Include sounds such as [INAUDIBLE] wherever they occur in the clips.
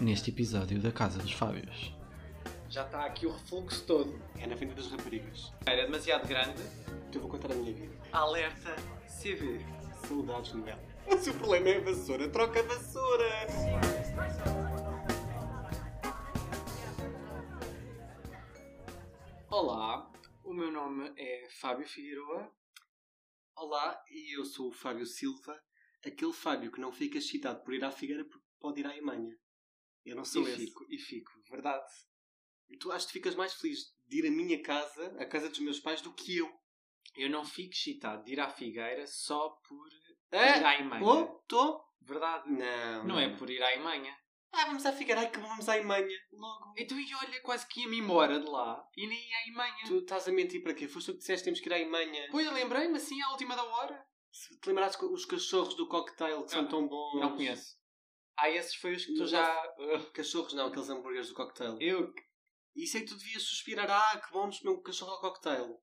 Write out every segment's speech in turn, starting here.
Neste episódio da Casa dos Fábios. Já está aqui o refluxo todo. É na venda das raparigas. Era demasiado grande. Eu vou contar a minha vida. Alerta CV. Saudades, Noel. Mas o problema é a vassoura. Troca a vassoura! Olá, o meu nome é Fábio Figueroa. Olá, e eu sou o Fábio Silva, aquele Fábio que não fica excitado por ir à Figueira porque pode ir à Imanha. Eu não sou e esse. fico, e fico, verdade. Tu acho que ficas mais feliz de ir à minha casa, à casa dos meus pais, do que eu. Eu não fico excitado de ir à Figueira só por ir É? à Imanha. Oh, tô? Verdade. Não. Não é por ir à Imanha. Ah, vamos à Figueira. Ai, que bom, vamos à Imanha. Logo. Então, e olha, quase que ia-me embora de lá e nem ia à Imanha. Tu estás a mentir para quê? Foste tu que disseste que temos que ir à Imanha. Pois, eu lembrei-me assim à última da hora. Se te lembrares co- os cachorros do cocktail que são Não, tão bons. Não conheço. Ah, esses foi os que tu Não, já. Cachorros não, aqueles hambúrgueres do cocktail. [LAUGHS] Eu. Isso é que tu devias suspirar. Ah, que bom, vamos comer um cachorro ao cocktail.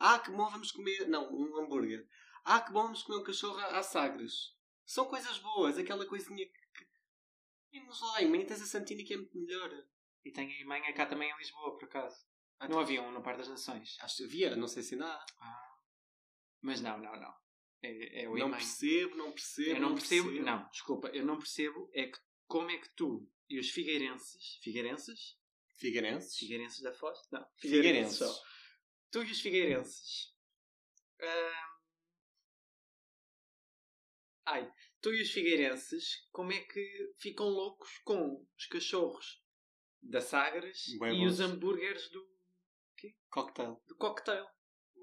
Ah, que bom, vamos comer. Não, um hambúrguer. Ah, que bom, vamos comer um cachorro à à Sagres. São coisas boas, aquela coisinha que. Vimos lá, e tens a Santina que é muito melhor. E tenho a Imanha cá também em Lisboa, por acaso. Ah, não tá. havia um no Par das Nações. Acho que havia, não sei se ainda há. Mas não, não, não. É, é o Não Imanha. percebo, não percebo. Eu não percebo. Não, desculpa, eu não percebo é que como é que tu e os figueirenses. Figueirenses? Figueirenses? Figueirenses da Foz? Não. Figueirenses. só. Tu e os figueirenses. ah, Ai, tu e os figueirenses, como é que ficam loucos com os cachorros da Sagres Bem e bons. os hambúrgueres do, Cocktail. do cocktail?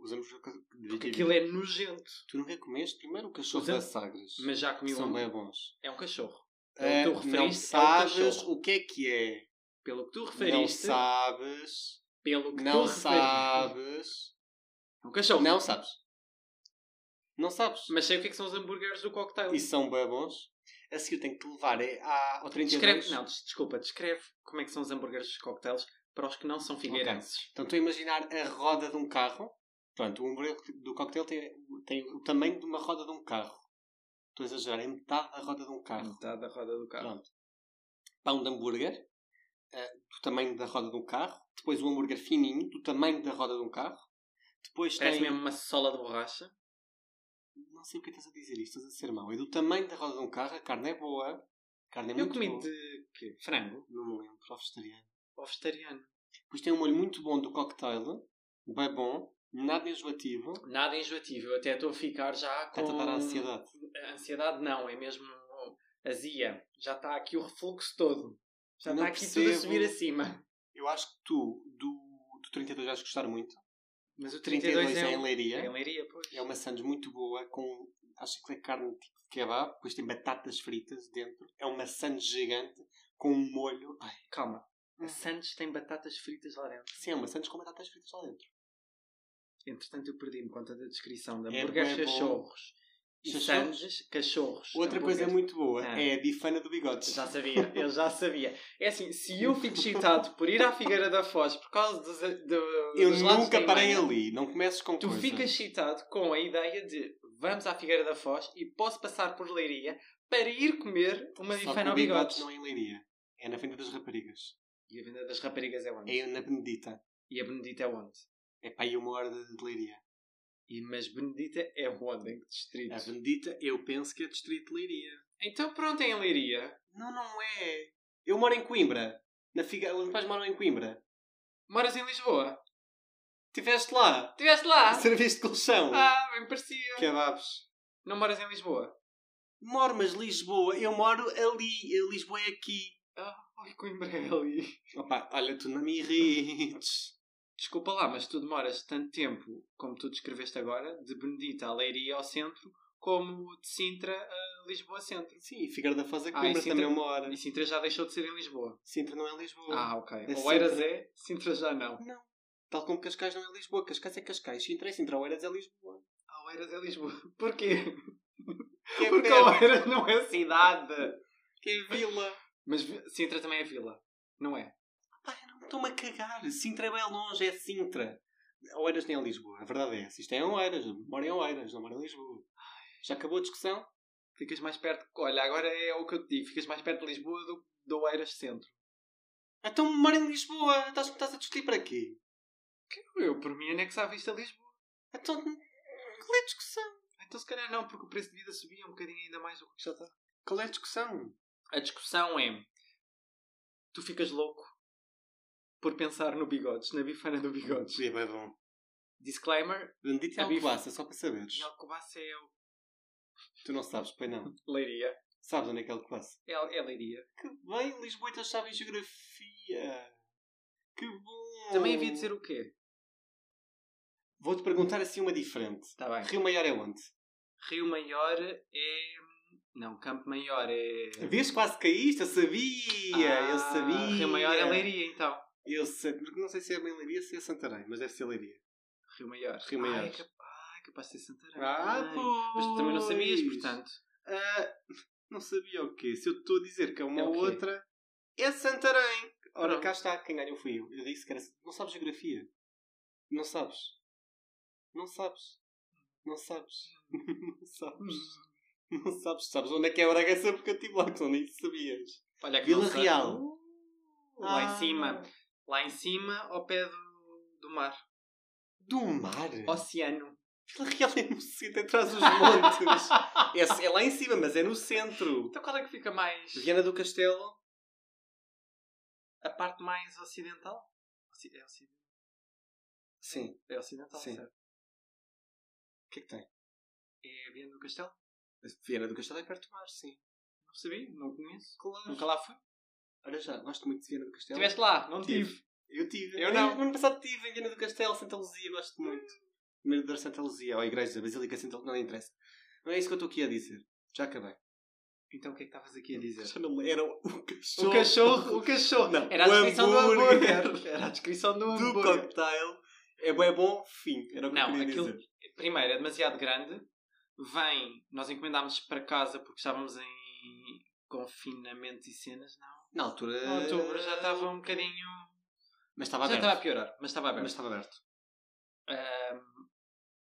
Usamos o Porque aquilo é nojento. Tu nunca comeste primeiro o cachorro Usamos- das Sagres? Mas já comi São um. bem bons. É um cachorro. Ah, Pelo que tu não referiste, é o sabes cachorro. o que é que é. Pelo que tu Não referiste. sabes. Pelo que Não tu referiste. sabes. É um cachorro. Não sabes. Não sabes. Mas sei o que é que são os hambúrgueres do cocktail. E são bem bons. A seguir tenho que te levar é, à, ao 32. Descreve, não, des- desculpa, descreve como é que são os hambúrgueres dos cocktails para os que não são figueirenses. Então estou a imaginar a roda de um carro. Pronto, o hambúrguer do cocktail tem, tem o tamanho de uma roda de um carro. Estou a exagerar, é metade da roda de um A carro. metade da roda do carro. Pronto. Pão de hambúrguer, eh, do tamanho da roda de um carro. Depois um hambúrguer fininho, do tamanho da roda de um carro. Depois Parece tem... é mesmo uma sola de borracha. Não sei porque estás a dizer isto, estás a ser mau. É do tamanho da roda de um carro, a carne é boa. A carne é Eu muito comi boa. de quê? frango Não me lembro, ao vegetariano. ou vegetariano. Depois tem um molho muito bom do cocktail, bem bom, nada enjoativo, Nada enjoativo. Eu até estou a ficar já com... até te dar a ansiedade. A ansiedade não, é mesmo azia. Já está aqui o refluxo todo. Já Não está aqui tudo a percebo. subir acima. Eu acho que tu, do, do 32, vais gostar muito. Mas o 32, 32, é, é em um... é em Leiria. Leiria, pois. É uma sandes muito boa, com, acho que é carne tipo de kebab, depois tem batatas fritas dentro. É uma sandes gigante, com um molho. Ai, Calma. A Santos tem batatas fritas lá dentro. sim, é uma sandes com batatas fritas lá dentro. Entretanto, eu perdi-me conta da descrição da É hambúrgueres bué bom. cachorros. E Cachorros. Sandes, cachorros. é É Outra coisa hambúrgueres. muito boa Ah. é a bifana do bigode. Já sabia, eu já sabia. É assim, se eu fico excitado por ir à Figueira da Foz por causa dos, eh, do- Eu dos lados da nunca parei Imanha, ali, não comeces com Tu coisas. ficas excitado com a ideia de vamos à Figueira da Foz e posso passar por Leiria para ir comer uma Só que bifana o ao bigode bigode. não é em Leiria. É na venda das raparigas. E a venda das raparigas é onde? É na Benedita. E a Benedita é onde? É para aí uma hora de de Leiria. E, mas Benedita é onde? Em que distrito? A Benedita, eu penso que é distrito de Leiria. Então pronto, é em Leiria. Não, não é. Eu moro em Coimbra. Na Figa... Os meus pais moram em Coimbra. Moras em Lisboa? Estiveste lá. Estiveste lá? Serviço de colchão. Ah, bem parecia. Kebabs. Não moras em Lisboa? Moro, mas Lisboa. Eu moro ali. Eu- Lisboa é aqui. Ai, Coimbra é ali. Opa, olha, tu não me irrites. Desculpa lá, mas tu demoras tanto tempo, como tu descreveste agora, de Benedita a Leiria ao centro, como de Sintra a Lisboa centro. Sim, Figueira da Foz é Ah, Coimbra e Sintra- também é uma hora. E Sintra já deixou de ser em Lisboa. Sintra não é Lisboa. Ah, ok. É Oeiras é, Sintra já não. Tal como Cascais não é Lisboa, Cascais é Cascais, Sintra é Sintra, Oeiras é Lisboa. Ah, Oeiras é Lisboa. [LAUGHS] Porquê? Que é Porque perto, Oeiras não é cidade. que é vila. Mas Vi- Sintra também é vila, não é? Pá, eu não estou-me a cagar. Sintra é bem longe, é Sintra. Oeiras nem é Lisboa, a verdade é essa. Isto é em Oeiras, moro em Oeiras, não moro em Lisboa. Já acabou a discussão? Ficas mais perto. Olha, agora é o que eu te digo. Ficas mais perto de Lisboa do que de Oeiras Centro. Então mora em Lisboa. Estás, estás a discutir para quê? Que Eu, por mim, anexava isto a Lisboa. Então, qual é a discussão? Então, se calhar, não, porque o preço de vida subia um bocadinho ainda mais do que já está. Qual é a discussão? A discussão é: tu ficas louco por pensar no bigodes, na bifana do bigodes. É bem bom. Disclaimer: Bendito é A bife- Alcobaça, só para saberes. em Alcobaça é o- Tu não sabes, pois não. Leiria. Sabes onde é que é Alcobaça? É, é Leiria. Que bem, Lisboetas sabem geografia. Que bom. Também havia de dizer o quê? Vou-te perguntar assim uma diferente. Está Tá bem. Rio Maior é onde? Rio Maior é. Não, Campo Maior é. Vês, quase caíste, eu sabia, eu Ah, sabia. Rio Maior é Leiria, então. Eu sei, porque não sei se é bem Leiria ou se é Santarém, mas deve ser Leiria. Rio Maior. Rio Maior. Ah, é cap- ah, é capaz de ser Santarém. Ah, também. pois. Mas tu também não sabias, portanto. Ah, não sabia o quê? Se eu te estou a dizer que é uma É o ou quê? outra, é Santarém. Ora, Pronto. cá está, quem ganhou fui eu. Eu disse que era. Não sabes geografia. Não sabes. Não sabes. Não sabes. [LAUGHS] Não sabes. Não sabes. Sabes onde é que é Bragança porque eu estive lá, tu nem sabias. Olha, que Vila não sei. Real. Lá Ah. em cima. Lá em cima, ao pé do, do mar. Do mar? Oceano. Vila Real é no centro, atrás dos [LAUGHS] montes. é, é lá em cima, mas é no centro. Então qual é que fica mais. Viana do Castelo. A parte mais ocidental? Oci- É ocidental. Sim. É ocidental, Sim. certo? O que é que tem? É Viana do Castelo? Viana do Castelo é perto do mar, sim. Não sabia, não conheço. Claro. Nunca lá fui. Olha já, gosto muito de Viana do Castelo. Estiveste lá? Não Tive. tive. Eu tive. Eu não. No ano passado tive em Viana do Castelo, Santa Luzia, gosto muito. Primeiro de Santa Luzia, ou a igreja da Basílica de Santa Luzia, não interessa. Não é isso que eu estou aqui a dizer. Já acabei. Então o que é que estavas aqui a dizer? Já não- Era o o cachorro. O cachorro, o cachorro. Não, Era a o descrição do hambúrguer. hambúrguer. Era a descrição do [LAUGHS] do hambúrguer. cocktail. É bem bom, fim. Era o que eu Não, queria aquilo dizer. primeiro é demasiado grande. Vem, nós encomendámos para casa porque estávamos em confinamento e cenas. Não, Na altura. Em outubro já estava um bocadinho. Mas estava Ah. já aberto. estava a piorar, mas estava aberto. Mas estava aberto. Ahm,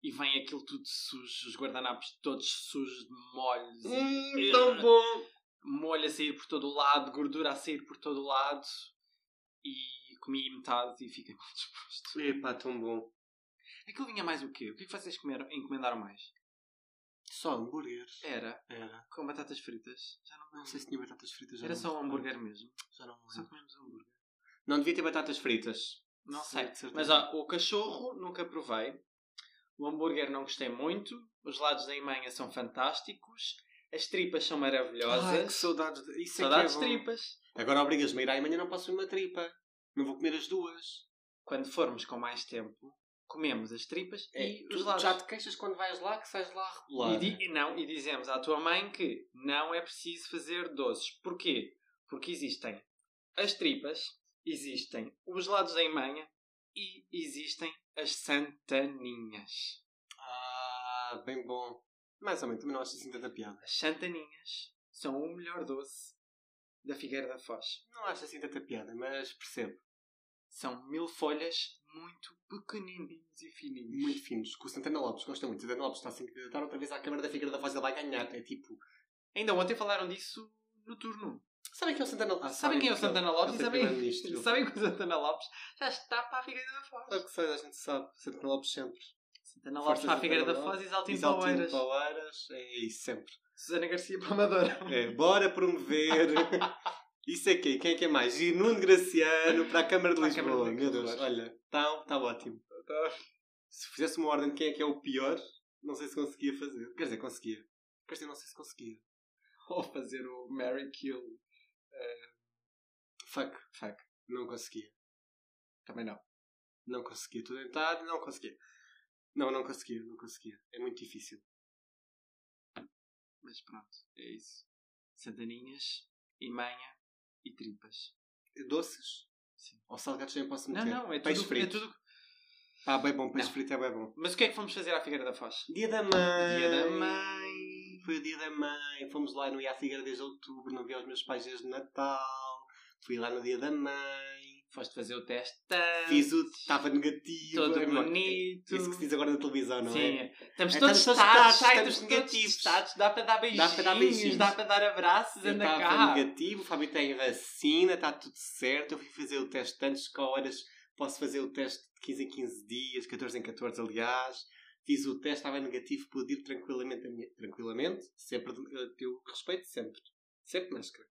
e vem aquilo tudo sujo, os guardanapos todos sujos de molhos. e Hum, tão bom. molho a sair por todo o lado, gordura a sair por todo o lado. E comi metade e fiquei [LAUGHS] muito disposto. Epá, tão bom. Aquilo vinha mais o quê? O que é que vocês comeram, encomendaram mais? Só hambúrguer. Era Era. com batatas fritas. Já não me Não lembro. sei se tinha batatas fritas. já Era não só um me lembro. hambúrguer mesmo. Já não me Só lembro. comemos hambúrguer. Não devia ter batatas fritas. Não Sim, sei. de certeza. Mas ó, o cachorro nunca provei. O hambúrguer não gostei muito. Os lados da Imanha são fantásticos. As tripas são Ai, que maravilhosas. saudades. de- Isso é Saudades que de é bom. tripas. Agora obrigas-me a ir à manhã não posso comer uma tripa. Não vou comer as duas. Quando formos com mais tempo, comemos as tripas e É, tu os lados. já te queixas quando vais lá que sais lá regular. E, di- e não, e dizemos à tua mãe que não é preciso fazer doces. Porquê? Porque existem as tripas, existem os lados da emanha e existem as santaninhas. Ah, bem bom. Mais ou menos, também não acho assim tanta piada. As santaninhas são o melhor doce da Figueira da Foz. Não acho assim tanta piada, mas percebo. São mil folhas muito pequenininhos e fininhos. Muito finos. Com o Santana Lopes, gosta muito. O Santana Lopes está a se candidatar outra vez à Câmara da Figueira da Voz, ele vai ganhar. É tipo. Ainda ontem falaram disso no turno. Sabem quem é o Santana Lopes? Ah, sabem quem é o Santana Lopes e Ele foi sabem, primeiro-ministro. sabem que o Santana Lopes já está para a Figueira da Foz. Claro que sei, a gente sabe. Santana Lopes sempre. Santana Lopes Força para a Figueira da Santana Foz e Exaltim Exaltino Palmeiras. Palmeiras. É isso, sempre. Susana Garcia para a Amadora. É, bora [LAUGHS] promover. Isso é quem? Quem é que é mais? E Nuno Graciano para a Câmara de Para a Lisboa. Câmara de Meu Lisboa, Deus, claro. olha, está tá ótimo. Tá. Se fizesse uma ordem de quem é que é o pior, não sei se conseguia fazer. Quer dizer, conseguia. Quer dizer, não sei se conseguia. Ou fazer o Mary Kill. eh, Fuck, fuck. Não conseguia. Também não. Não conseguia. Estou tentado, não conseguia. Não, não conseguia, não conseguia. É muito difícil. [LAUGHS] Mas pronto, é isso. Santaninhas, e manha e tripas. Doces? Sim. Ou salgados também posso Não, meter? não, é Peixe tudo, é frito. tudo. Ah, bem bom, peixe Não. frito é bem bom. Mas o que é que fomos fazer à Figueira da Foz? Dia da mãe. Dia da mãe. Foi o dia da mãe. Fomos lá, não ia à Figueira desde outubro, não via os meus pais desde Natal. Fui lá no dia da mãe. Foste fazer o teste. tanto, Fiz o. Estava negativo. todo é uma- bonito. Isso que se diz agora na televisão, não Sim, é? estamos É, todos estamos todos estados, estados, ai, estamos estamos todos negativos. estados, dá para dar beijinhos, Dá para dar beijinhos. dá para dar abraços, Eu anda estava cá. negativo, o Fábio tem vacina, está tudo certo. Eu fui fazer o teste antes, com horas posso fazer o teste de 15 em 15 dias, 14 em 14, aliás. Fiz o teste, estava negativo, pude ir tranquilamente a minha. Tranquilamente, sempre eh, teu respeito, sempre. Sempre máscara.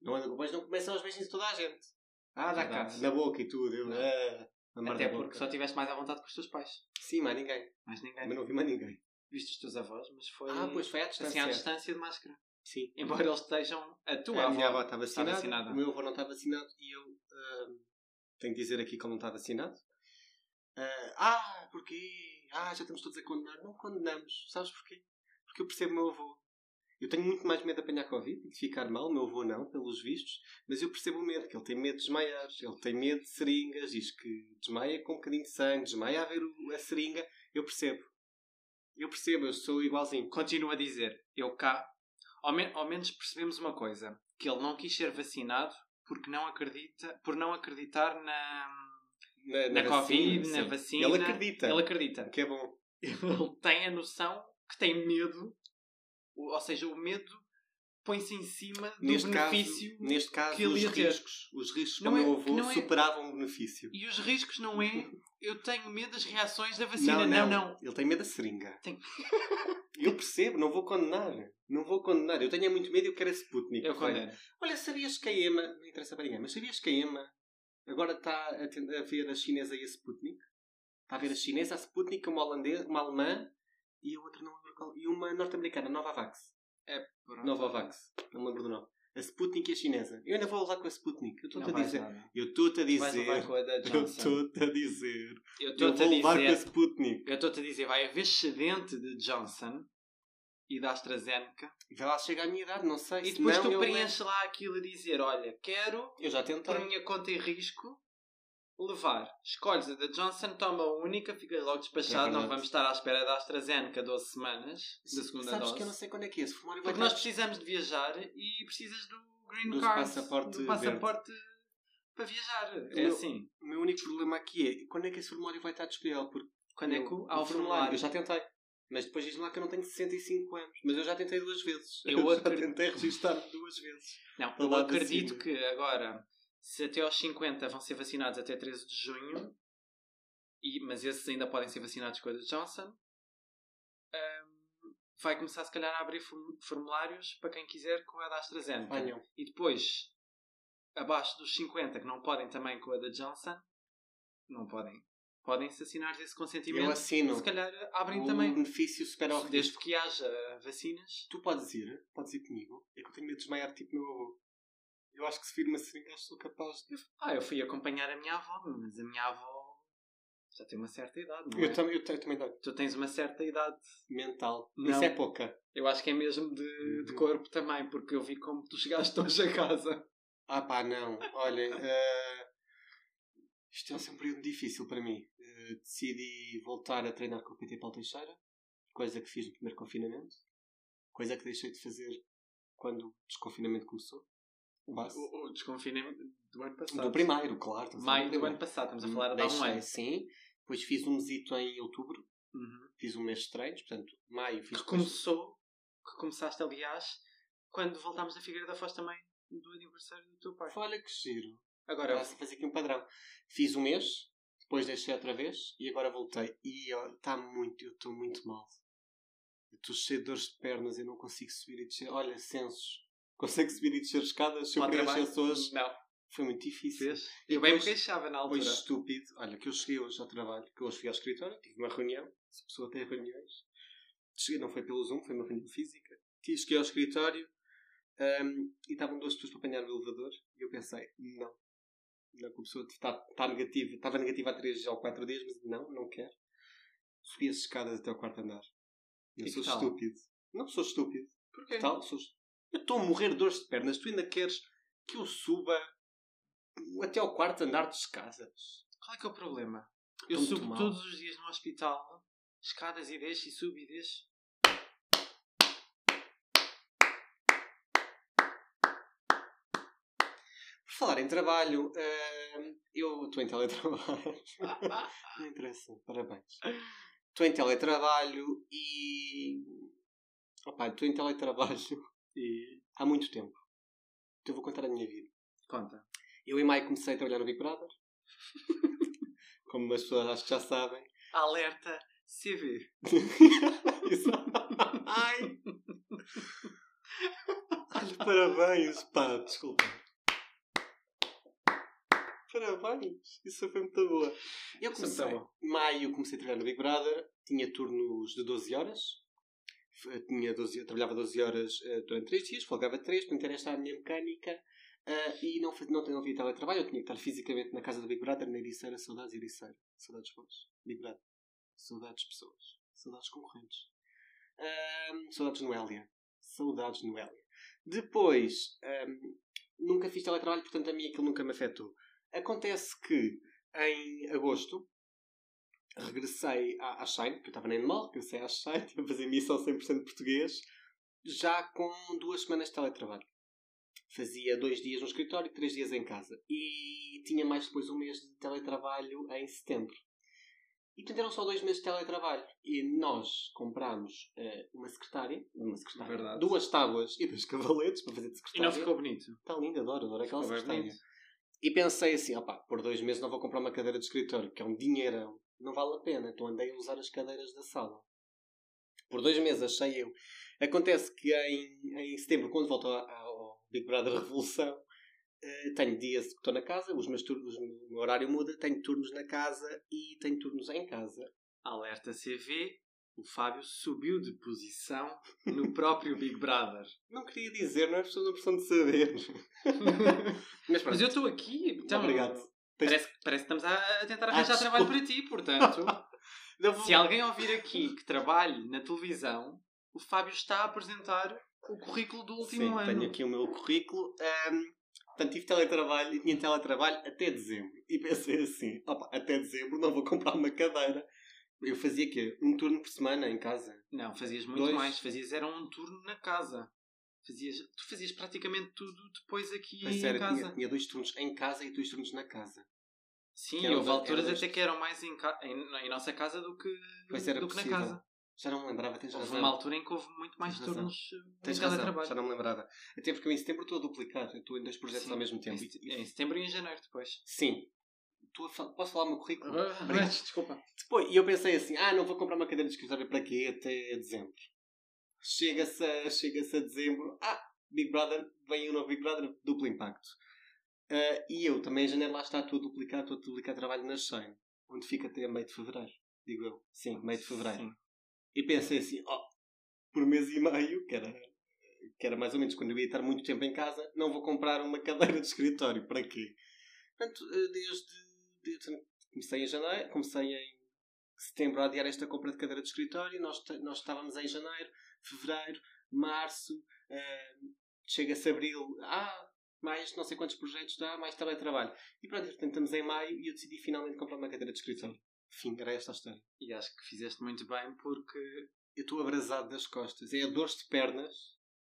Não anda com depois, não começam os beijinhos de toda a gente. Ah, dá cá, Verdade. na boca e tudo. Eu, Não. ah, na mar Até da boca. porque só estiveste mais à vontade com os teus pais. Sim, mas ninguém. Mais ninguém. Mas não vi mais ninguém. Viste os teus avós, mas foi Ah, pois foi à assim distância. à distância de máscara. Sim. Embora eles estejam a tua a minha avó avó. tá- está vacinada, está vacinada. o meu avô não está vacinado e eu ahm, tenho que dizer aqui que ele não está vacinado. Ah, ah, porquê? Ah, já estamos todos a condenar. Não condenamos. Sabes porquê? Porque eu percebo o meu avô. Eu tenho muito mais medo de apanhar Covid e de ficar mal. O meu avô não, pelos vistos. Mas eu percebo o medo, que ele tem medo de desmaiar. Ele tem medo de seringas. Diz que desmaia com um bocadinho de sangue. Desmaia a ver o- a seringa. Eu percebo. Eu percebo. Eu sou igualzinho. Continuo a dizer, eu cá, ao, men- ao menos percebemos uma coisa, que ele não quis ser vacinado porque não acredita, por não acreditar na... Na Covid, na sim. vacina, Ele acredita. Ele acredita. [LAUGHS] Que é bom. Ele tem a noção que tem medo, ou ou seja, o medo põe-se em cima do neste benefício caso, neste caso que ele os ia ter. riscos, os riscos Não para o é- meu que avô não é- superavam o benefício. E os riscos não é [LAUGHS] eu tenho medo das reações da vacina. Não, não. não, Ele tem medo da seringa. Tem. [LAUGHS] eu percebo, não vou condenar. Não vou condenar. Eu tenho é muito medo e eu quero esse Sputnik. Eu Olha, condeno. Olha, sabias que a EMA, não interessa para ninguém, mas sabias que a EMA agora está a, ten- a ver a chinesa e a Sputnik? Está a ver a chinesa, a Sputnik, uma holandesa, uma alemã e a outra não lembro qual. E uma norte-americana, Novavax. É, Novavax, não me lembro do nome. A Sputnik e a chinesa. Eu ainda vou lá com a Sputnik. Eu estou-te Não a vais dizer. nada. Eu estou-te a Vais levar dizer. com a da [LAUGHS] Eu Johnson. estou-te a dizer. Eu Eu estou-te vou a levar com a dizer. Sputnik. Eu estou-te a dizer, vai haver excedente de Johnson e da AstraZeneca. Já lá chega à minha idade, não sei. E se depois não, tu eu preenches lá aquilo e dizer, olha, quero, levo. Eu já por tentei. minha conta e risco, levar. Escolhes a da Johnson, toma a única, ficas logo despachado. É verdade. não vamos estar à espera da AstraZeneca 12 semanas, da segunda Sabes dose. que eu não sei quando é que é esse formulário vai Porque nós precisamos de viajar e precisas do green Do card, passaporte do passaporte para viajar. É meu- assim. O meu único problema aqui é quando é que esse formulário vai estar disponível? Porque Quando é que eu- há o Eu formulário? já tentei. Mas depois diz lá que eu não tenho 65 anos. Mas eu já tentei duas vezes. Eu já acredito- tentei registar duas vezes. Não, Para eu lá de acredito cima. que agora, se até aos 50 vão ser vacinados até 13 de junho, e, mas esses ainda podem ser vacinados com a de Johnson, ahm, vai começar se calhar a abrir form- formulários para quem quiser com a da AstraZeneca. Olha, E depois, abaixo dos 50, que não podem também com a da Johnson, não podem. Podem-se assinar esse eu consentimento. assino. Se calhar abrem o também. benefício supera ao risco. Desde que haja vacinas. Tu podes ir, podes ir comigo. É que eu tenho medo de desmaiar tipo meu avô. Eu acho que se vir uma seringa, acho que sou capaz de. Ah, eu fui acompanhar a minha avó, mas a minha avó já tem uma certa idade, não é? Eu, tam eu, ta- eu também dou. Tu tens uma certa idade. Mental. Não. Isso é pouca. Eu acho que é mesmo de, de Uhum. corpo também, porque eu vi como tu chegaste hoje a casa. Ah pá, não. Olha, eh, isto é um período difícil para mim. Eh, decidi voltar a treinar com o PT Paulo Teixeira, coisa que fiz no primeiro confinamento, coisa que deixei de fazer quando o desconfinamento começou. Quase. O, o desconfinamento do ano passado. Do primeiro, Uhum. claro. estamos a falar Maio do ano passado, estamos a falar de há um Deixei, ano. Sim. Depois fiz um mesito em outubro. Uhum. fiz um mês de treinos, portanto, maio fiz Que começou, que começaste aliás, quando voltámos da Figueira da Foz também, do aniversário do teu pai. depois- Olha que giro. Agora, Agora vou fazer aqui um padrão. Fiz um mês, depois deixei outra vez e agora voltei. E está muito, eu estou muito mal. Eu estou cheio de dores de pernas, eu não consigo subir e descer. Olha, censos. Consigo subir e descer escadas, para o superei as trabalho, pessoas. não, Foi muito difícil. fez. Eu bem me depois- queixava na Foi altura. estúpido. Olha, que eu cheguei hoje ao trabalho, que hoje fui ao escritório, tive uma reunião, se pessoa tem reuniões. Cheguei, não foi pelo Zoom, foi uma reunião física. Tive- Cheguei ao escritório ahm, e estavam duas pessoas para apanhar o elevador e eu pensei, não. Não, que a pessoa está, está negativa, estava negativa há 3 ou 4 dias, mas não, não quero. Subi as escadas até ao quarto andar. Eu E sou que tal? estúpido. Não sou estúpido. Porquê? Tal, sou- Eu estou a morrer de dores de pernas. Tu ainda queres que eu suba até ao quarto andar de escadas? Qual é que é o problema? Eu Estou subo muito mal. todos os dias no hospital, escadas e deixo, e subo e deixo. Por falar em trabalho, eh, eu estou em teletrabalho. [LAUGHS] Não interessa, parabéns. Estou em teletrabalho e. Opa, estou em teletrabalho [LAUGHS] E há muito tempo. Então vou contar a minha vida. conta. Eu em maio comecei a trabalhar no Big Brother. [LAUGHS] Como as pessoas acho que já sabem. [LAUGHS] Alerta CV. Exato. Ai! Olha, parabéns, pá, desculpa. Parabéns, isso foi muito boa. Eu Isso é muito comecei, bom. em maio comecei a trabalhar no Big Brother, tinha turnos de 12 horas, F- eh, tinha 12, trabalhava 12 horas eh, durante 3 dias, folgava 3, portanto era esta a minha mecânica, ah, e não, faz- não, não havia teletrabalho, eu tinha que estar fisicamente na casa do Big Brother, na Ericeira, saudades Ericeira, saudades vós, Big Brother, saudades pessoas, saudades concorrentes, Ahm, saudades Noélia, saudades Noélia. Depois, ehm, ahm, nunca fiz teletrabalho, portanto a mim aquilo nunca me afetou. Acontece que em agosto regressei à, à Shine, porque eu estava na Animal, regressei à Shine, [LAUGHS] estive a fazer missão 100% português, já com duas semanas de teletrabalho. Fazia dois dias no escritório e três dias em casa. E tinha mais depois um mês de teletrabalho em setembro. E portanto eram só dois meses de teletrabalho. E nós comprámos eh, uma secretária, uma secretária Verdade. duas tábuas e dois cavaletes para fazer de E não secretária. ficou bonito. Está Tá lindo, adoro, adoro aquela Ficou bem secretária. bonito. E pensei assim, opá, por dois meses não vou comprar uma cadeira de escritório, que é um dinheirão, não vale a pena, então andei a usar as cadeiras da sala. Por dois meses, achei eu. Acontece que em, em setembro, quando volto a- ao Big Brother Revolução, eh, tenho dias que estou na casa, os meus turnos, o meu horário muda, tenho turnos na casa e tenho turnos em casa. Alerta CV. O Fábio subiu de posição no próprio Big [LAUGHS] Brother. Não queria dizer, não é pessoa não precisam de saber. Mas pronto, Mas eu estou aqui, então. Obrigado. Parece, parece que estamos a a tentar Ah, arranjar desculpa. trabalho para ti, portanto. não vou- Se alguém ouvir aqui que trabalhe na televisão, o Fábio está a apresentar o currículo do último Sim, ano. tenho aqui o meu currículo. Ahm, portanto, tive teletrabalho e tinha teletrabalho até dezembro. E pensei assim, opa, até dezembro não vou comprar uma cadeira. Eu fazia quê? Um turno por semana em casa. Não, fazias muito Dois. mais. Fazias era um turno na casa. Fazias, tu fazias praticamente tudo depois aqui Mas em sério, casa. tinha, tinha dois turnos em casa e dois turnos na casa. Sim, Que era houve da- alturas era até que eram mais em, ca- em, em nossa casa do que, Pois era do que na possível. casa. Já não me lembrava, tens Houve razão. uma altura em que houve muito mais Tens razão. turnos eh, Tens em razão, teletrabalho. já não me lembrava. Até porque eu em setembro estou a duplicar, eu estou em dois projetos Sim, ao mesmo tempo. Em, em setembro e em janeiro depois. Sim. Estou a fal- Posso falar o meu currículo? [LAUGHS] Obrigado. Mas, desculpa. Depois, e eu pensei assim, ah, não vou comprar uma cadeira de escritório para quê até dezembro. Chega-se a, chega-se a dezembro, ah, Big Brother, vem o novo Big Brother, duplo impacto. Ah, e eu também em janeiro lá está, estou a duplicar, estou a duplicar trabalho na Shane, onde fica até meio de fevereiro, digo eu. Sim, meio de fevereiro. Sim. E pensei assim, ó, por mês e meio, que era, que era mais ou menos quando eu ia estar muito tempo em casa, não vou comprar uma cadeira de escritório, para quê? Portanto, eh, desde, desde- comecei em janeiro, comecei em setembro a adiar esta compra de cadeira de escritório, nós, t- nós estávamos em janeiro, fevereiro, março, eh, chega-se abril, ah, mais não sei quantos projetos dá, mais teletrabalho. E pronto, portanto, estamos em maio e eu decidi finalmente comprar uma cadeira de escritório. Fim, era esta a história. E acho que fizeste muito bem porque Eu estou abrasado das costas. É a dor de pernas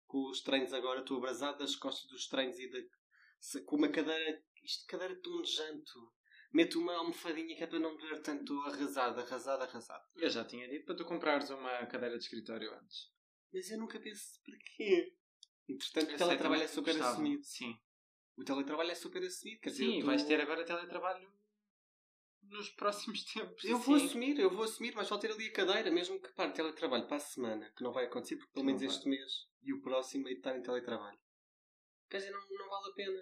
com os treinos agora. Estou abrasado das costas dos treinos e da... se- com uma cadeira. Isto, cadeira de um janto. Meto uma almofadinha que é para não me doer tanto. Estou arrasado, arrasado, arrasado. eu já tinha dito para tu comprares uma cadeira de escritório antes. Mas eu nunca penso porquê. Entretanto, o teletrabalho é super assumido. Sim. O teletrabalho é super assumido. Quer dizer, Sim, eu tô- vais ter agora teletrabalho nos próximos [LAUGHS] tempos. Eu vou assim. assumir, eu vou assumir, mas só ter ali a cadeira, mesmo que para teletrabalho para a semana, que não vai acontecer, porque pelo Não menos vai. este mês e o próximo é de estar em teletrabalho. Quer dizer, não, não vale a pena.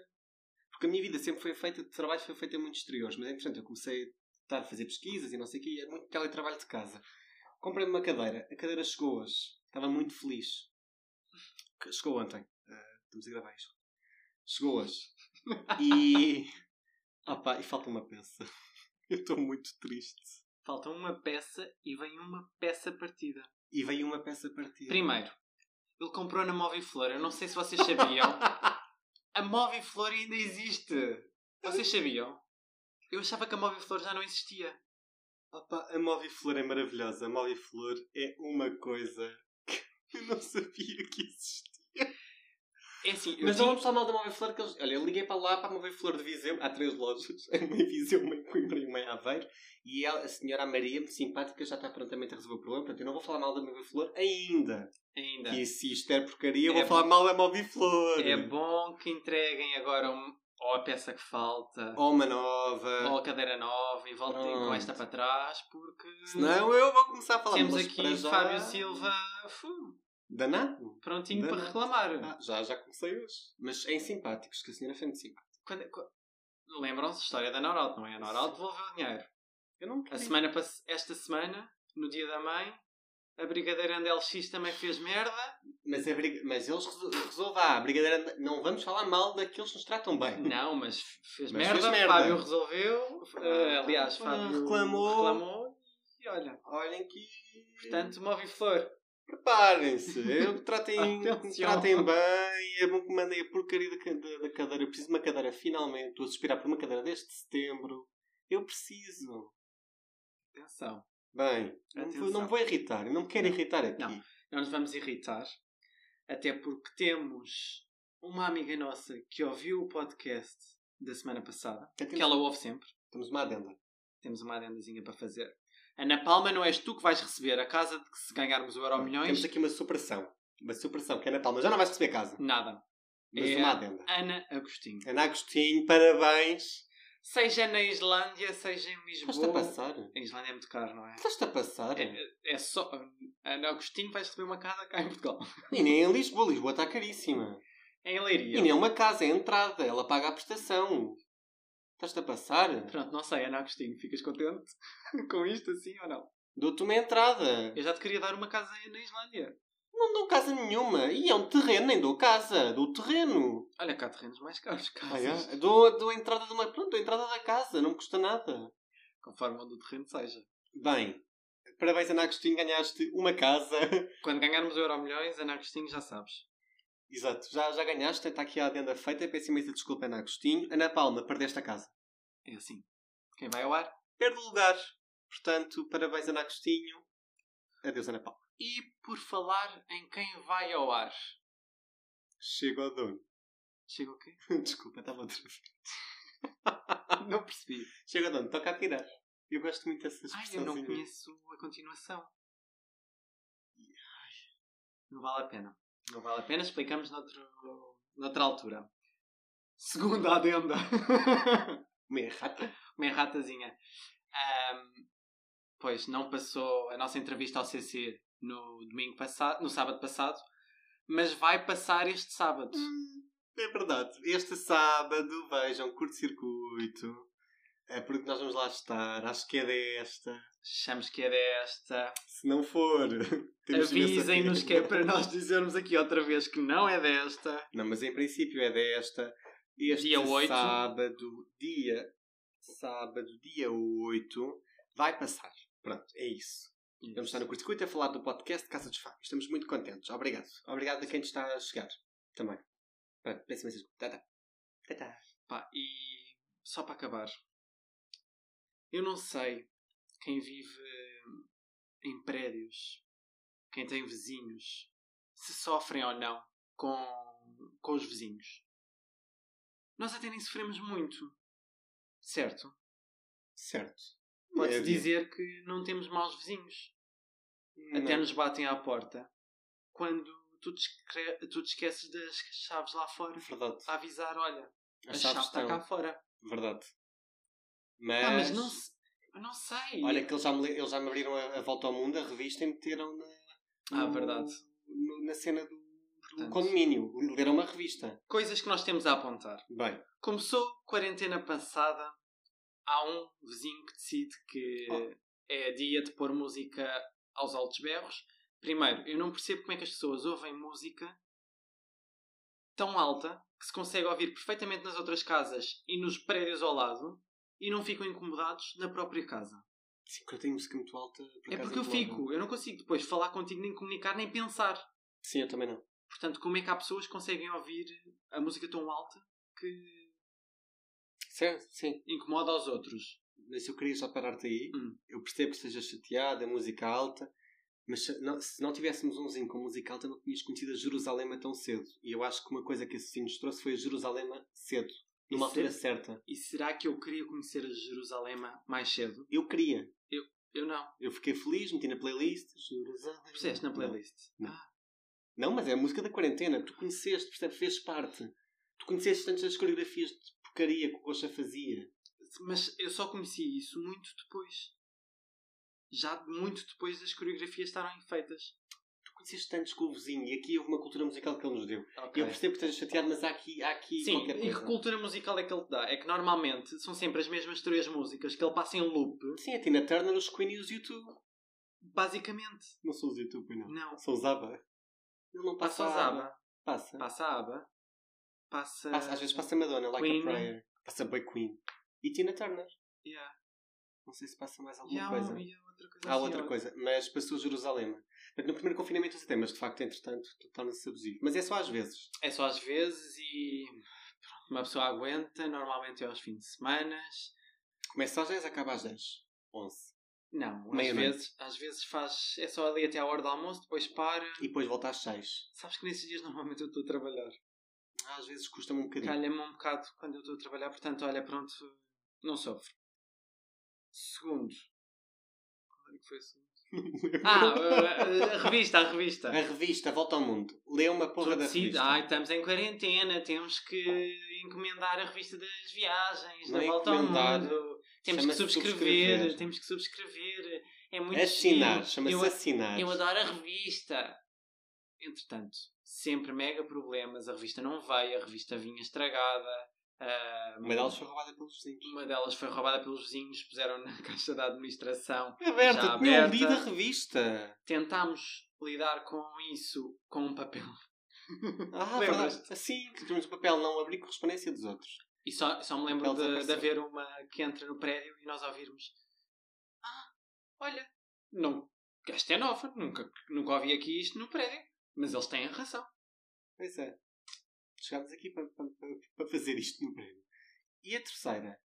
Porque a minha vida sempre foi feita de trabalhos, foi feita em muitos exteriores, mas entretanto eu comecei a estar a fazer pesquisas e não sei o quê, e é muito teletrabalho de casa. Comprei-me uma cadeira, a cadeira chegou hoje, estava muito feliz. Que- Chegou ontem, Ah, estamos a gravar isto. Chegou hoje. E. [LAUGHS] Ah pá, e falta uma peça. [LAUGHS] Eu estou muito triste. Falta uma peça e vem uma peça partida. E veio uma peça partida. Primeiro, ele comprou na Moviflor. Eu não sei se vocês sabiam. [LAUGHS] a Moviflor ainda existe. Vocês sabiam? Eu achava que a Moviflor já não existia. Opa, a Moviflor é maravilhosa. A [LAUGHS] Moviflor é uma coisa que eu não sabia que existia. É assim, eu Mas tive- não vamos falar mal da Móvel Flor, que eles... Olha, eu liguei para lá para a Móvel Flor de Viseu, há três lojas, [LAUGHS] uma em Viseu, uma em Coimbra e uma em Aveiro, e ela- a senhora Maria, muito simpática, já está prontamente a resolver o problema, portanto eu não vou falar mal da Móvel Flor ainda. ainda. E se isto é porcaria, eu vou É falar mal da Móvel Flor. É bom que entreguem agora um- ou a peça que falta, Ou uma nova. ou a cadeira nova e voltem Ah. Pronto. com esta para trás, porque Senão eu vou começar a falar temos mas para aqui já- Fábio Silva fu, Danado? prontinho para Danado. reclamar. Ah, já, já comecei hoje. Mas é em simpáticos, que a senhora foi muito simpática. Quando- quando- Lembram-se da história da Norauto, não é? A Norauto devolveu o dinheiro. Eu não A quero. semana, pass- esta semana, no dia da mãe, a Brigadeira LX também fez merda. Mas, a briga- mas eles resol- resolvam. Ah, a brigadeira. Não vamos falar mal daqueles que nos tratam bem. Não, mas f- fez Mas merda. fez merda. Fábio resolveu. eh, aliás, Ah, Fábio reclamou. reclamou e olha. Olhem que. Portanto, Move Flor. Preparem-se. Eu- Tratem, Atenção. tratem bem. É bom que mandem a porcaria da, ca- da- da cadeira. Eu preciso de uma cadeira finalmente. Estou a suspirar por uma cadeira deste setembro. Eu preciso. Atenção. Bem, não me vou- não me vou irritar. Eu não me quero Não. irritar aqui. Não. Não nos vamos irritar. Até porque temos uma amiga nossa que ouviu o podcast da semana passada, Até que Temos, ela ouve sempre. temos uma adenda. Temos uma adendazinha para fazer. Ana Palma, não és tu que vais receber a casa de que se ganharmos o Euro Milhões? Temos aqui uma supressão. Uma supressão que é na Palma. Já não vais receber casa. Nada. Mas É. uma adenda. Ana Agostinho. Ana Agostinho, parabéns. Seja na Islândia, seja em Estás-te a Lisboa. passar? A Islândia é muito caro, não é? Estás-te a passar? É, é só. Ana Agostinho vais receber uma casa cá em Portugal. E nem em Lisboa. Lisboa está caríssima. Em E Leiria. nem é uma casa, é a entrada. Ela paga a prestação. Estás-te a passar? Pronto, não sei, Ana Agostinho, ficas contente [LAUGHS] com isto assim ou não? Dou-te uma entrada. Eu já te queria dar uma casa aí na Islândia. Não dou casa nenhuma. E é um terreno, nem dou casa. Dou terreno. Olha, cá há terrenos mais caros, Ah, casas. é? dou, dou a entrada de uma... Pronto, dou a entrada da casa. Não me custa nada. Conforme onde o terreno seja. Bem. Parabéns, Ana Agostinho. Ganhaste uma casa. [LAUGHS] Quando ganharmos o Euro Milhões, Ana Agostinho já sabes. Exato. Já, já ganhaste. Está aqui a adenda feita. Peço imensa desculpa, Ana Agostinho. Ana Palma, perdeste a casa. É assim. Quem vai ao ar? Perde o lugar. Portanto, parabéns, Ana Agostinho. Adeus, Ana Palma. E por falar em quem vai ao ar. Chego ao dono. [LAUGHS] Chega o quê? Desculpa, estava outra vez. Ah, Não percebi. Chega ao dono, toca a tirar. Eu gosto muito dessa Ai, expressão. eu não conheço a continuação. Não vale a pena. Não vale a pena, explicamos noutro, noutra altura. Segunda adenda. [LAUGHS] Meia rata. Uma erratazinha. Ahm, pois, não passou a nossa entrevista ao CC no domingo passado, no sábado passado, mas vai passar este sábado. É verdade. Este sábado, vejam, curto-circuito. É porque nós vamos lá estar. Acho que é desta. Achamos que é desta. Se não for, [LAUGHS] temos imensa Avisem-nos pena. que é para nós dizermos aqui outra vez que não é desta. Não, mas em princípio é desta. Este Dia oito. sábado, dia sábado, dia 8, vai passar. Pronto, é isso. Vamos estar no curto-circuito a falar do podcast Casa dos Fábios. Estamos muito contentes. Obrigado. Obrigado a quem está a chegar também. Pronto, peço imensa desculpa. Tá, tá. Tá, tá. Pá, e só para acabar, eu não sei quem vive em prédios, quem tem vizinhos, se sofrem ou não com, com os vizinhos. Nós até nem sofremos muito, certo? Certo. É Pode-se Média. dizer que não temos maus vizinhos. Até Não. nos batem à porta quando tu te, escre- tu te esqueces das chaves lá fora Verdade. a avisar: olha, a, As chave chaves está estão. cá fora. Verdade. Ah, Mas. mas não, se- eu não sei. Olha, que eles já, me, le- eles já me abriram a, a volta ao mundo, a revista, e meteram na. Ah, no- verdade. no- na cena do, do Portanto. condomínio. Leram uma revista. Coisas que nós temos a apontar. Bem. Começou a quarentena passada, há um vizinho que decide que Oh. é dia de pôr música aos altos berros. Primeiro, eu não percebo como é que as pessoas ouvem música tão alta que se consegue ouvir perfeitamente nas outras casas e nos prédios ao lado e não ficam incomodados na própria casa. Sim, porque eu tenho música muito alta. por é acaso, porque eu incomoda-me. fico, eu não consigo depois falar contigo, nem comunicar, nem pensar. Sim, eu também não. Portanto, como é que há pessoas que conseguem ouvir a música tão alta que Certo? Sim. incomoda aos outros? Mas eu queria só parar-te aí. Hum. Eu percebo que estejas chateado, a música é alta. Mas se não, se não tivéssemos um zinco com musical, também não tinhas conhecido a Jerusalema tão cedo. E eu acho que uma coisa que esse zinho nos trouxe foi a Jerusalema cedo, numa Cedo? altura certa. E será que eu queria conhecer a Jerusalema mais cedo? Eu queria. Eu não. Eu fiquei feliz, meti na playlist. Jerusalema. Puseste na playlist. Ah, Não. Não, mas é a música da quarentena. Tu conheceste, percebes? Fez parte. Tu conheceste tantas das coreografias de porcaria que o Coxa fazia. Mas eu só conheci isso muito depois. Já muito depois das coreografias estarem feitas. Tu conheceste tantos com o vizinho e aqui houve uma cultura musical que ele nos deu. Eu percebo que estás chateado, mas há aqui, há aqui Sim, qualquer e coisa. que cultura musical é que ele te dá? É que normalmente são sempre as mesmas três músicas que ele passa em loop, Sim, a Tina Turner, os Queen e os YouTube. basicamente. Não sou os YouTube, pois não. Não. Sou os ABBA. Ele não Passa passa os a ABBA. Passa. Passa a aba. Passa. Passa- Às vezes passa Madonna, Like Queen. a Prayer. Passa Boy Queen. E Tina Turner. Yeah. Não sei se passa mais E alguma há, um- coisa. e há outra coisa. Há assim, outra coisa, mas passou Jerusalém. Portanto, No primeiro confinamento eu sei, mas de facto, entretanto, torna-se abusivo. Mas é só às vezes. É só às vezes e. Pronto, uma pessoa aguenta, normalmente é aos fins de semana. Começa às 10, acaba às 10. 11. Não, às Meia-noite. vezes, às vezes faz. É só ali até à hora do almoço, depois para. E depois volta às 6. Sabes que nesses dias normalmente eu estou a trabalhar. Às vezes custa-me um bocadinho. Calha-me um bocado quando eu estou a trabalhar, portanto, olha, pronto, não sofro. Segundo. Qual é que foi o [LAUGHS] segundo? Ah, a, a- a revista, a revista. a revista Volta ao Mundo. Lê uma Tu porra da decides, revista. ai, estamos em quarentena, temos que encomendar a revista das viagens, Não da é volta ao encomendar, mundo, temos que chama-se subscrever, subscrever. temos que subscrever, é muito Assinar. giro. Chama-se eu, Assinar. eu adoro a revista. Entretanto, sempre mega problemas, a revista não veio, a revista vinha estragada, ah, Uma delas foi roubada pelos vizinhos. uma delas foi roubada pelos vizinhos, puseram na [LAUGHS] caixa da administração. Aberta, Já tinham aberta. lido a revista. Tentámos lidar com isso com um papel. Ah, Lembras-te? verdade. Assim, que temos o papel não abrir correspondência dos outros. E só, só me lembro Ela de, de desapareceu. haver uma que entra no prédio e nós ouvirmos: Ah, olha, não, esta é nova, nunca, nunca ouvi aqui isto no prédio. Mas eles têm razão. Pois é. Chegámos aqui para, para- para- para fazer isto no prémio. E a terceira?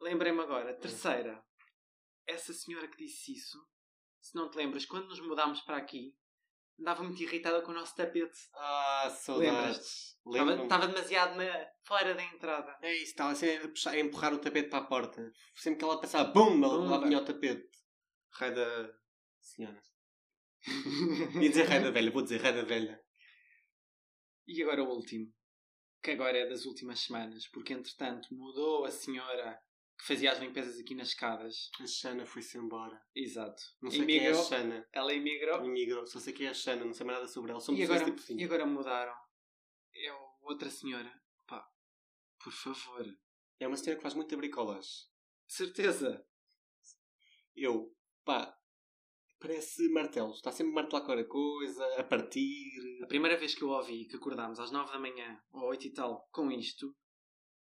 Lembrei-me agora, Hum. terceira, essa senhora que disse isso, se não te lembras, quando nos mudámos para aqui, andava muito irritada com o nosso tapete. Ah, Lembras-te? saudades. Estava, Lembro-me. estava demasiado na, fora da entrada. É isso, estava sempre a, puxar- a empurrar o tapete para a porta. Sempre que ela passava, BUM! Ela Bum. lá vinha o tapete. Raio da senhora. [LAUGHS] Ia dizer raio da velha, vou dizer raio da velha. E agora o último, que agora é das últimas semanas, porque entretanto mudou a senhora que fazia as limpezas aqui nas escadas. A Xana foi-se embora. Exato. Não sei quem é Emigrou. a Xana. Ela emigrou Imigrou. Só sei quem é a Xana, não sei mais nada sobre ela. Somos e agora, pessoas tipo e assim. agora mudaram. É outra senhora. Pá, por favor. É uma senhora que faz muita bricolagem. Certeza. Eu, pá, parece martelo. Está sempre a martelar qualquer coisa, a partir. A primeira vez que eu ouvi que acordámos às 9 da manhã ou 8 e tal com isto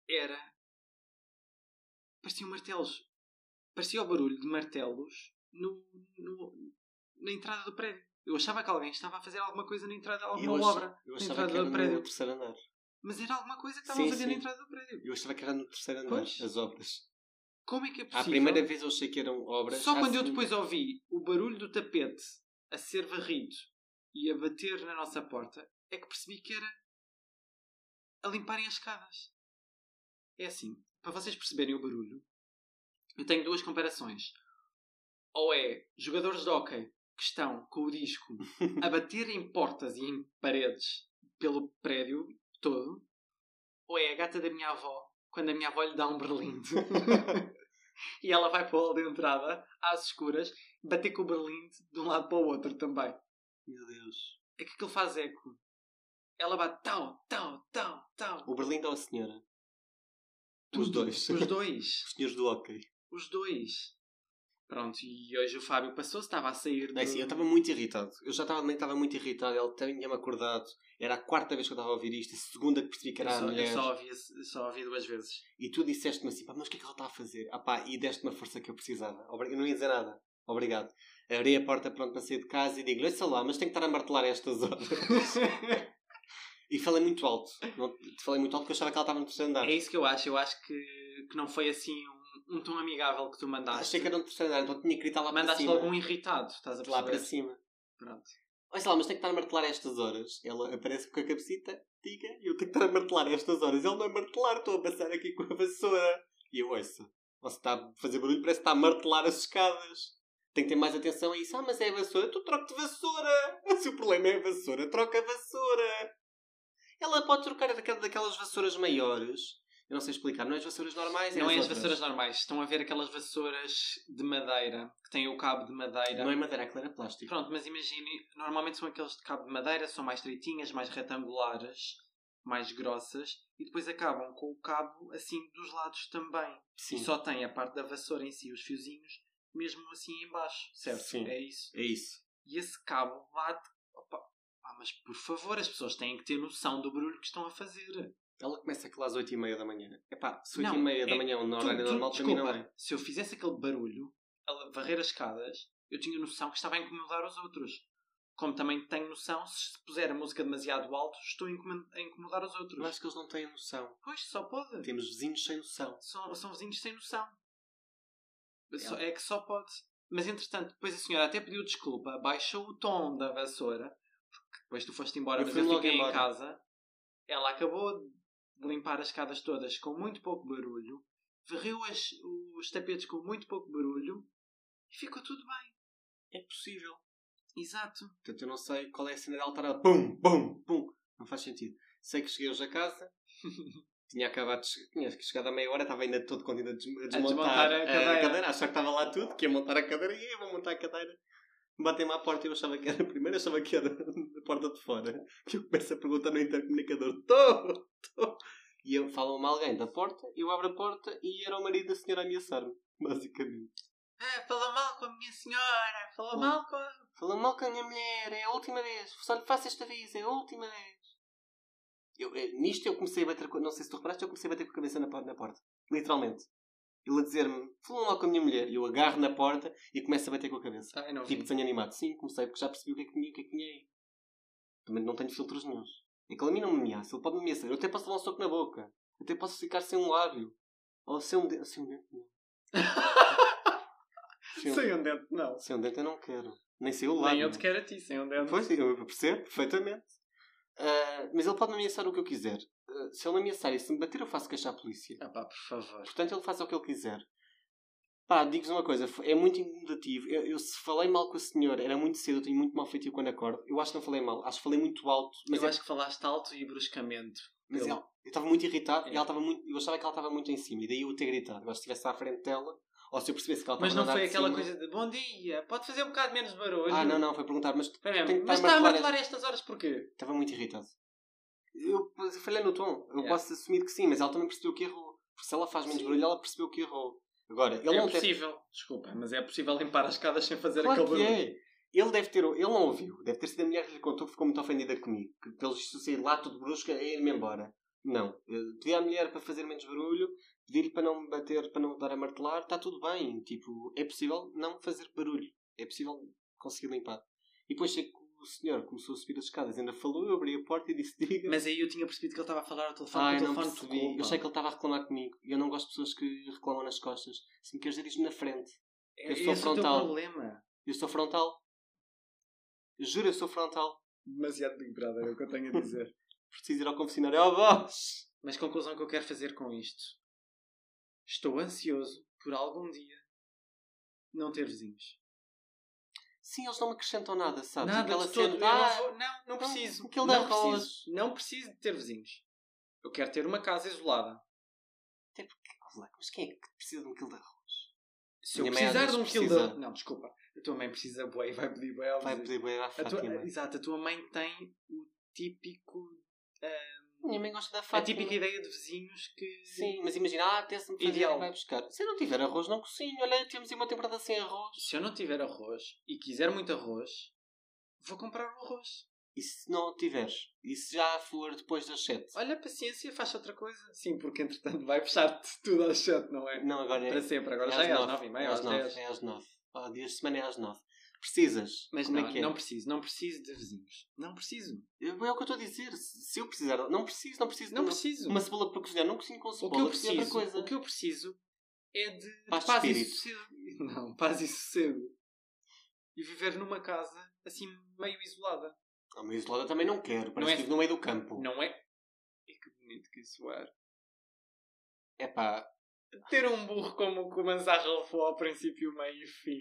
era. Pareciam martelos. Parecia o barulho de martelos no, no- na entrada do prédio. Eu achava que alguém estava a fazer alguma coisa na entrada, alguma eu ach- obra. Eu entrada achava que do era no prédio. terceiro andar. Mas era alguma coisa que estavam a Sim, fazer na sim. entrada do prédio. Eu achava que era no terceiro andar, Pois. as obras. Como é que é À possível? primeira vez eu achei que eram obras. assim, Só à quando eu segunda- depois ouvi o barulho do tapete a ser varrido e a bater na nossa porta, é que percebi que era a limparem as escadas. É assim, para vocês perceberem o barulho, eu tenho duas comparações. Ou é jogadores de hóquei que estão com o disco a bater em portas e em paredes pelo prédio todo, ou é a gata da minha avó quando a minha avó lhe dá um berlinde. e ela vai para o hall de entrada, às escuras, bater com o berlinde de um lado para o outro também. Meu Deus. É que aquilo faz eco. Ela bate tal, tal, tal, tal. O Berlim ou a senhora? Os Tudo. dois. Os Os dois. senhores do hockey. Os dois. Pronto, e hoje o Fábio passou-se, estava a sair do... É assim, eu estava muito irritado. Eu já estava estava muito irritado. Ele tinha-me acordado. Era a quarta vez que eu estava a ouvir isto. A segunda que percebi que Eu era a só, eu mulher. só ouvi, só ouvi duas [LAUGHS] vezes. E tu disseste-me assim, pá, mas o que é que ela está a fazer? Ah pá, e deste-me a força que eu precisava. Obri- Eu não ia dizer nada. Obrigado. Abri a porta pronto para sair de casa e digo-lhe, "Ouça lá, mas tenho que estar a martelar a estas horas. [LAUGHS] e falei muito alto. Não, falei muito alto porque eu achava que ela estava no terceiro andar. É isso que eu acho. Eu acho que, que não foi assim um, um tom amigável que tu mandaste. Achei que era no terceiro andar, então tinha que gritar lá para Mandaste um cima. logo um irritado, estás a Lá perceber? para cima. Pronto. Olha lá, mas tem que estar a martelar estas horas. Ela aparece com a cabecita, diga, eu tenho que estar a martelar estas horas. Ele não é martelar, estou a passar aqui com a vassoura. E eu ouço. Você está a fazer barulho, parece que está a martelar as escadas. Tem que ter mais atenção a isso. Ah, mas é a vassoura. Tu troca de vassoura. [LAUGHS] Se o problema é a vassoura, troca a vassoura. Ela pode trocar daquela- daquelas vassouras maiores. Eu não sei explicar. Não é as vassouras normais, é não as, é as outras. vassouras normais. Estão a ver aquelas vassouras de madeira que têm o cabo de madeira. Não é madeira, aquilo era plástico. Pronto, mas imagine, normalmente são aqueles de cabo de madeira, são mais estreitinhas, mais retangulares, mais grossas e depois acabam com o cabo assim dos lados também. Sim. E só tem a parte da vassoura em si, os fiozinhos, mesmo assim em baixo, certo? Sim. É isso. É isso. E esse cabo bate. Opa. Ah, mas por favor, as pessoas têm que ter noção do barulho que estão a fazer. Ela começa aquilo às 8h30 da manhã. Epá, se Não, 8h30 da é- manhã é um Tu- horário tu- normal, para mim não é. se eu fizesse aquele barulho a varrer as escadas, eu tinha noção que estava a incomodar os outros. Como também tenho noção, se puser a música demasiado alto, estou a incomen- a incomodar os outros. Eu acho que eles não têm noção. Pois, só pode. Temos vizinhos sem noção. São, são vizinhos sem noção. É. Só- é que só pode. Mas entretanto, depois a senhora até pediu desculpa, baixou o tom da vassoura, porque depois tu foste embora, Eu mas fui eu logo fiquei embora. em casa. Ela acabou de limpar as escadas todas com muito pouco barulho, varreu as- os tapetes com muito pouco barulho e ficou tudo bem. É possível. Exato. Portanto, eu não sei qual é a cena de alterada. Pum, pum, pum. Não faz sentido. Sei que cheguei hoje a [LAUGHS] casa. Tinha acabado de chegar, tinha chegado à meia hora, estava ainda todo contente a des- a desmontar desmontar a cadeira. Achava que estava lá tudo, que ia montar a cadeira e eu vou montar a cadeira. Batem-me à porta e eu achava que era a primeira, eu achava que era [LAUGHS] da porta de fora. Que eu começo a perguntar no intercomunicador: [LAUGHS] Tô, tô. E eu- falam-me alguém da porta, eu abro a porta e era o marido da senhora a ameaçar-me, basicamente. Ah, falou mal com a minha senhora, falou Hum. mal com a. Falou mal com a minha mulher, é a última vez. Só lhe faço esta vez, é a última vez. Eu, eh, nisto eu comecei a bater, com- não sei se tu reparaste, eu comecei a bater com a cabeça na, por- na porta. Literalmente. Ele a dizer-me, falou mal com a minha mulher. E eu agarro na porta e começo a bater com a cabeça. Ai, não vi. Tipo desenho animado. Sim, comecei porque já percebi o que é que tinha, o que é que tinha aí. Também não tenho filtros nenhuns. É que ele a mim não me ameaça, ele pode me ameaçar. Eu até posso levar um soco na boca. Eu até posso ficar sem um lábio. Ou sem um dente. Sem um dente, não. sem, um, Sem um dente, não. sem um dente eu não quero. Nem sem o lábio. Nem eu te quero a ti, sem um dente. Pois, eu percebo perfeitamente. Ah, mas ele pode me ameaçar o que eu quiser. Ah, se ele me ameaçar e se me bater, eu faço queixar à polícia. Ah, pá, por favor. Portanto, ele faz o que ele quiser. Pá, digo-vos uma coisa, é muito incomodativo. Eu, eu se falei mal com a senhora, era muito cedo, eu tenho muito mau feitiço quando acordo. Eu acho que não falei mal, acho que falei muito alto, mas, eu é- acho que falaste alto e bruscamente. mas eu- ela- eu estava muito irritado É. e ela estava muito. Eu achava que ela estava muito em cima, e daí eu ter gritado. Eu acho que estivesse à frente dela, ou se eu percebesse que ela estava Mas não a andar foi de aquela cima- coisa de bom dia, pode fazer um bocado menos barulho. Ah, não, não, foi perguntar, mas Espera aí, Tem que mas estar a está a martelar martelar estas horas porquê? Estava muito irritado. Eu falhei no tom. Eu Yeah. posso assumir que sim, mas ela também percebeu que errou. Porque se ela faz menos Sim. barulho, ela percebeu que errou. Agora, é ele não possível, desculpa, mas é possível limpar as escadas sem fazer deve... Claro aquele que barulho. é. Ele deve ter... Ele não ouviu. Deve ter sido a mulher que lhe contou que ficou muito ofendida comigo. Que pelo visto eu saí de lá tudo brusca e ir-me embora. Não. Eu pedi à mulher para fazer menos barulho. Pedi-lhe para não me bater, para não me dar a martelar. Está tudo bem. Tipo, é possível não fazer barulho. É possível conseguir limpar. E depois sei que o senhor começou a subir as escadas. Ainda falou, eu abri a porta e disse, diga... Mas aí eu tinha percebido que ele estava a falar ao telefone, é. Ai, que o não telefone percebi. tocou. Eu sei que ele estava a reclamar comigo. e Eu não gosto de pessoas que reclamam nas costas. Se me queres dizer, diz-me na frente. é, eu sou esse é o teu frontal. problema. Eu sou frontal. Eu Juro, eu sou frontal. Demasiado Big Brother, é o que eu tenho a dizer. Preciso ir ao confessionário. Oh, voz! [LAUGHS] mas conclusão que eu quero fazer com isto. Estou ansioso por algum dia não ter vizinhos. Sim, eles não me acrescentam nada, sabes? Nada Tá, Aquela de todo, eu cena, ah, não, vou- não, não preciso. aquele dá não rolas. preciso. Não preciso de ter vizinhos. Eu quero ter uma casa isolada. Vlaco, Mas quem é que precisa de um quilo de arroz? Se eu Minha mãe às precisar de um vezes quilo precisa. de... Não, desculpa. A tua mãe precisa bué e vai pedir bué ao Vai vizinho. pedir bem à a tua... Fátima. Exato, a tua mãe tem o típico... Minha mãe gosta da A Fátima. típica ideia de vizinhos que... Sim, É mas imagina, ah, até se me fazer, Ideal. vai buscar. Se eu não tiver arroz, não cozinho. Olha, temos aí uma temporada sem arroz. Se eu não tiver arroz e quiser muito arroz, vou comprar o arroz. E se não tiveres? E se já for depois das sete? Olha, paciência, faz outra coisa. Sim, porque entretanto vai fechar-te tudo ao chat, não é? Não, agora é... Para sempre. Agora É já é às nove. nove e meia, É às nove, dez. É às nove. Ó, dias de semana é às nove. Precisas. Mas Como não, é que é? não preciso, não preciso de vizinhos. Não preciso. Eu- É o que eu estou a dizer. Se se eu precisar, não preciso, não preciso. Não de uma- preciso. Uma cebola para cozinhar, não cozinho com O cebola. que, eu preciso de preciso, outra o coisa. que eu preciso é de Paz de e espírito. [LAUGHS] sossego. Não, paz e sossego. e viver numa casa assim meio isolada. Ah, mas isolada também não quero. Parece é- que vivo no meio do campo. Não é? E que bonito que isso era. É pá, Ter um burro como o que o Manzarra levou ao princípio, meio e fim.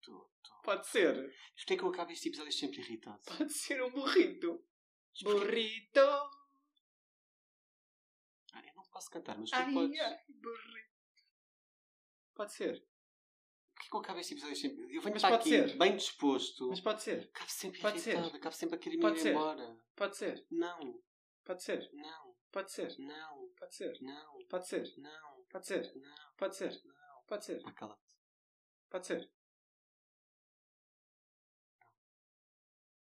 Tu- Pode ser. porquê é que eu acabo este episódio sempre irritado? Pode ser um burrito. Tipo Burrito. Ah, eu não posso cantar, mas tu Ai, podes. ai, burrito. Pode ser. Porquê que eu acabo este episódio sempre... Eu venho Mas para pode aqui ser. bem disposto. Mas pode ser. Acabo sempre Pode ser. irritado. Acabo sempre a querer me Pode ir ser. embora. Pode ser. Não, Pode ser. não, Pode ser. não, Pode ser. não, Pode ser. não. Pode ser. Não. Pode ser. Pode ser. Pá, cala-te. Pode ser.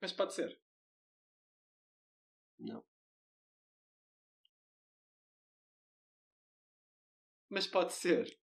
Mas pode ser. Não. Mas pode ser.